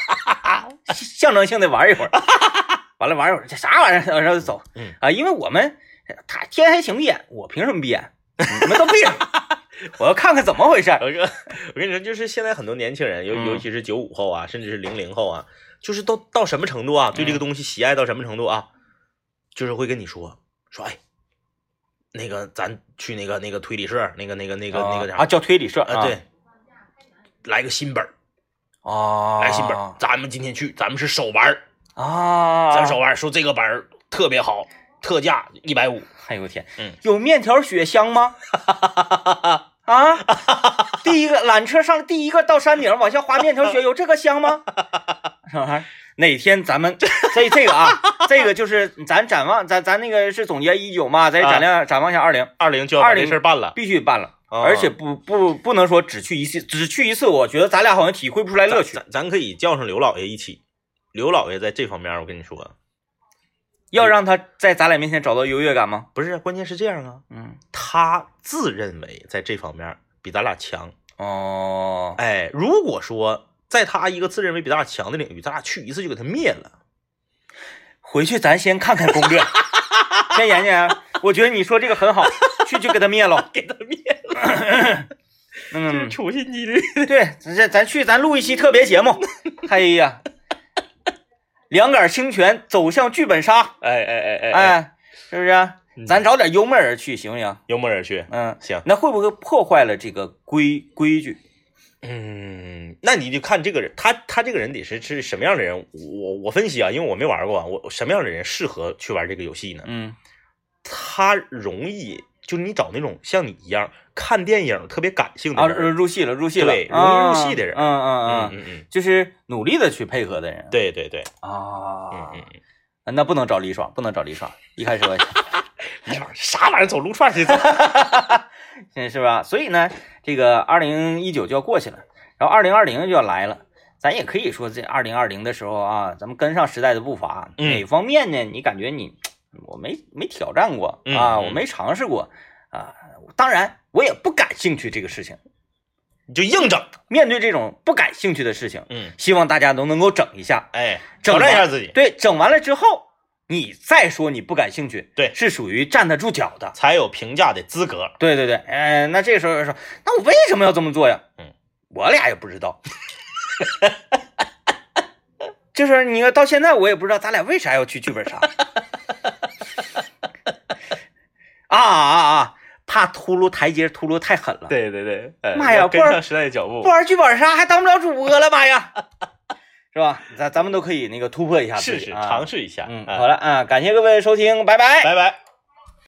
S1: 象征性的玩一会儿，完了玩一会儿，这啥玩意儿，然后就走，
S2: 嗯
S1: 啊，因为我们他天黑请闭眼，我凭什么闭眼？你们都闭上， 我要看看怎么回事儿。
S2: 我跟我跟你说， 就是现在很多年轻人，尤
S1: 嗯
S2: 尤其是九五后啊，甚至是零零后啊，就是都到什么程度啊，对这
S1: 嗯
S2: 个东西喜爱到什么程度啊，就是会跟你说说，哎，那个咱去那个那个推理社，那个那个那
S1: 那
S2: 个那个啥，
S1: 啊，叫推理社
S2: 啊对，，来个新本儿，
S1: 啊，
S2: 来新本儿，咱们今天去，咱们是手玩儿，
S1: 啊，
S2: 咱手玩儿，说这个本儿特别好，特价一百五，
S1: 哎呦我天，
S2: 嗯
S1: 有面条雪乡 吗？啊，第一个缆车上第一个到山顶往下滑面条雪，有这个香吗？什么玩意儿？哪天咱们这这个啊，这个就是咱展望，咱咱那个是总结一九嘛，咱
S2: 啊
S1: 展亮、展望一下二零，
S2: 二零就要把这
S1: 20
S2: 事儿办了，
S1: 必须办了，
S2: 啊
S1: 而且不不不能说只去一次，只去一次，我觉得咱俩好像体会不出来乐趣。
S2: 咱咱可以叫上刘老爷一起。刘老爷在这方面，我跟你说，
S1: 要让他在咱俩面前找到优越感吗？
S2: 不是，关键是这样啊，
S1: 嗯，
S2: 他自认为在这方面比咱俩强。
S1: 哦，
S2: 哎，如果说在他一个自认为比咱俩强的领域，咱俩去一次就给他灭了。
S1: 回去咱先看看攻 略，先研究研究。我觉得你说这个很好，去就给他灭了。
S2: 给他灭了。
S1: 嗯，
S2: 处心积虑。
S1: 对，咱咱去咱录一期特别节 目。哎呀，两杆清泉走向剧本杀，
S2: 哎哎哎哎，
S1: 哎，是不是啊、
S2: 嗯
S1: 咱找点幽默而去行不行？
S2: 由木而去。
S1: 嗯，
S2: 行，
S1: 那会不会破坏了这个规规矩？
S2: 嗯，那你就看这个人，他他这个人得是是什么样的人？我我分析啊，因为我没玩过啊，我什么样的人适合去玩这个游戏呢？
S1: 嗯
S2: 他容易就你找那种像你一样看电影特别感性
S1: 啊，
S2: 的人，
S1: 入戏了，入戏了，
S2: 对
S1: 啊
S2: 容易入戏的人
S1: 嗯嗯
S2: 嗯
S1: 嗯，
S2: 嗯嗯，
S1: 就是努力的去配合的人
S2: 对对对，嗯
S1: 啊。
S2: 嗯嗯，
S1: 那不能找李爽，不能找李爽。一开始我也想
S2: 你玩啥玩意儿走撸串去？
S1: 嗯是是吧？所以呢，这个二零一九就要过去了，然后二零二零就要来了。咱也可以说，这二零二零的时候啊，咱们跟上时代的步伐，
S2: 嗯
S1: 哪方面呢？你感觉你我没没挑战过
S2: 嗯
S1: 啊，
S2: 嗯
S1: 我没尝试过啊。当然，我也不感兴趣这个事情。
S2: 你就硬整，
S1: 面对这种不感兴趣的事情，
S2: 嗯，
S1: 希望大家都能够整一下。
S2: 哎，
S1: 整
S2: 挑
S1: 吧
S2: 战一下自己，
S1: 对，整完了之后，你再说你不感兴趣，
S2: 对
S1: 是属于站得住脚的。
S2: 才有评价的资格。
S1: 对对对，哎、那这时候就说，那我为什么要这么做呀？
S2: 嗯，
S1: 我俩也不知道。 就是你看到现在我也不知道咱俩为啥要去剧本杀。 啊啊啊！怕秃噜台阶秃噜太狠了，
S2: 对对对，哎
S1: 妈呀
S2: 要跟
S1: 不然
S2: 上时代的脚步
S1: 不。玩剧本杀还当不了主播了，妈呀，是吧？咱咱们都可以那个突破一下自己
S2: 试试，
S1: 啊
S2: 尝试一下。
S1: 嗯，
S2: 哎
S1: 好了啊，感谢各位收听，拜拜。
S2: 拜拜。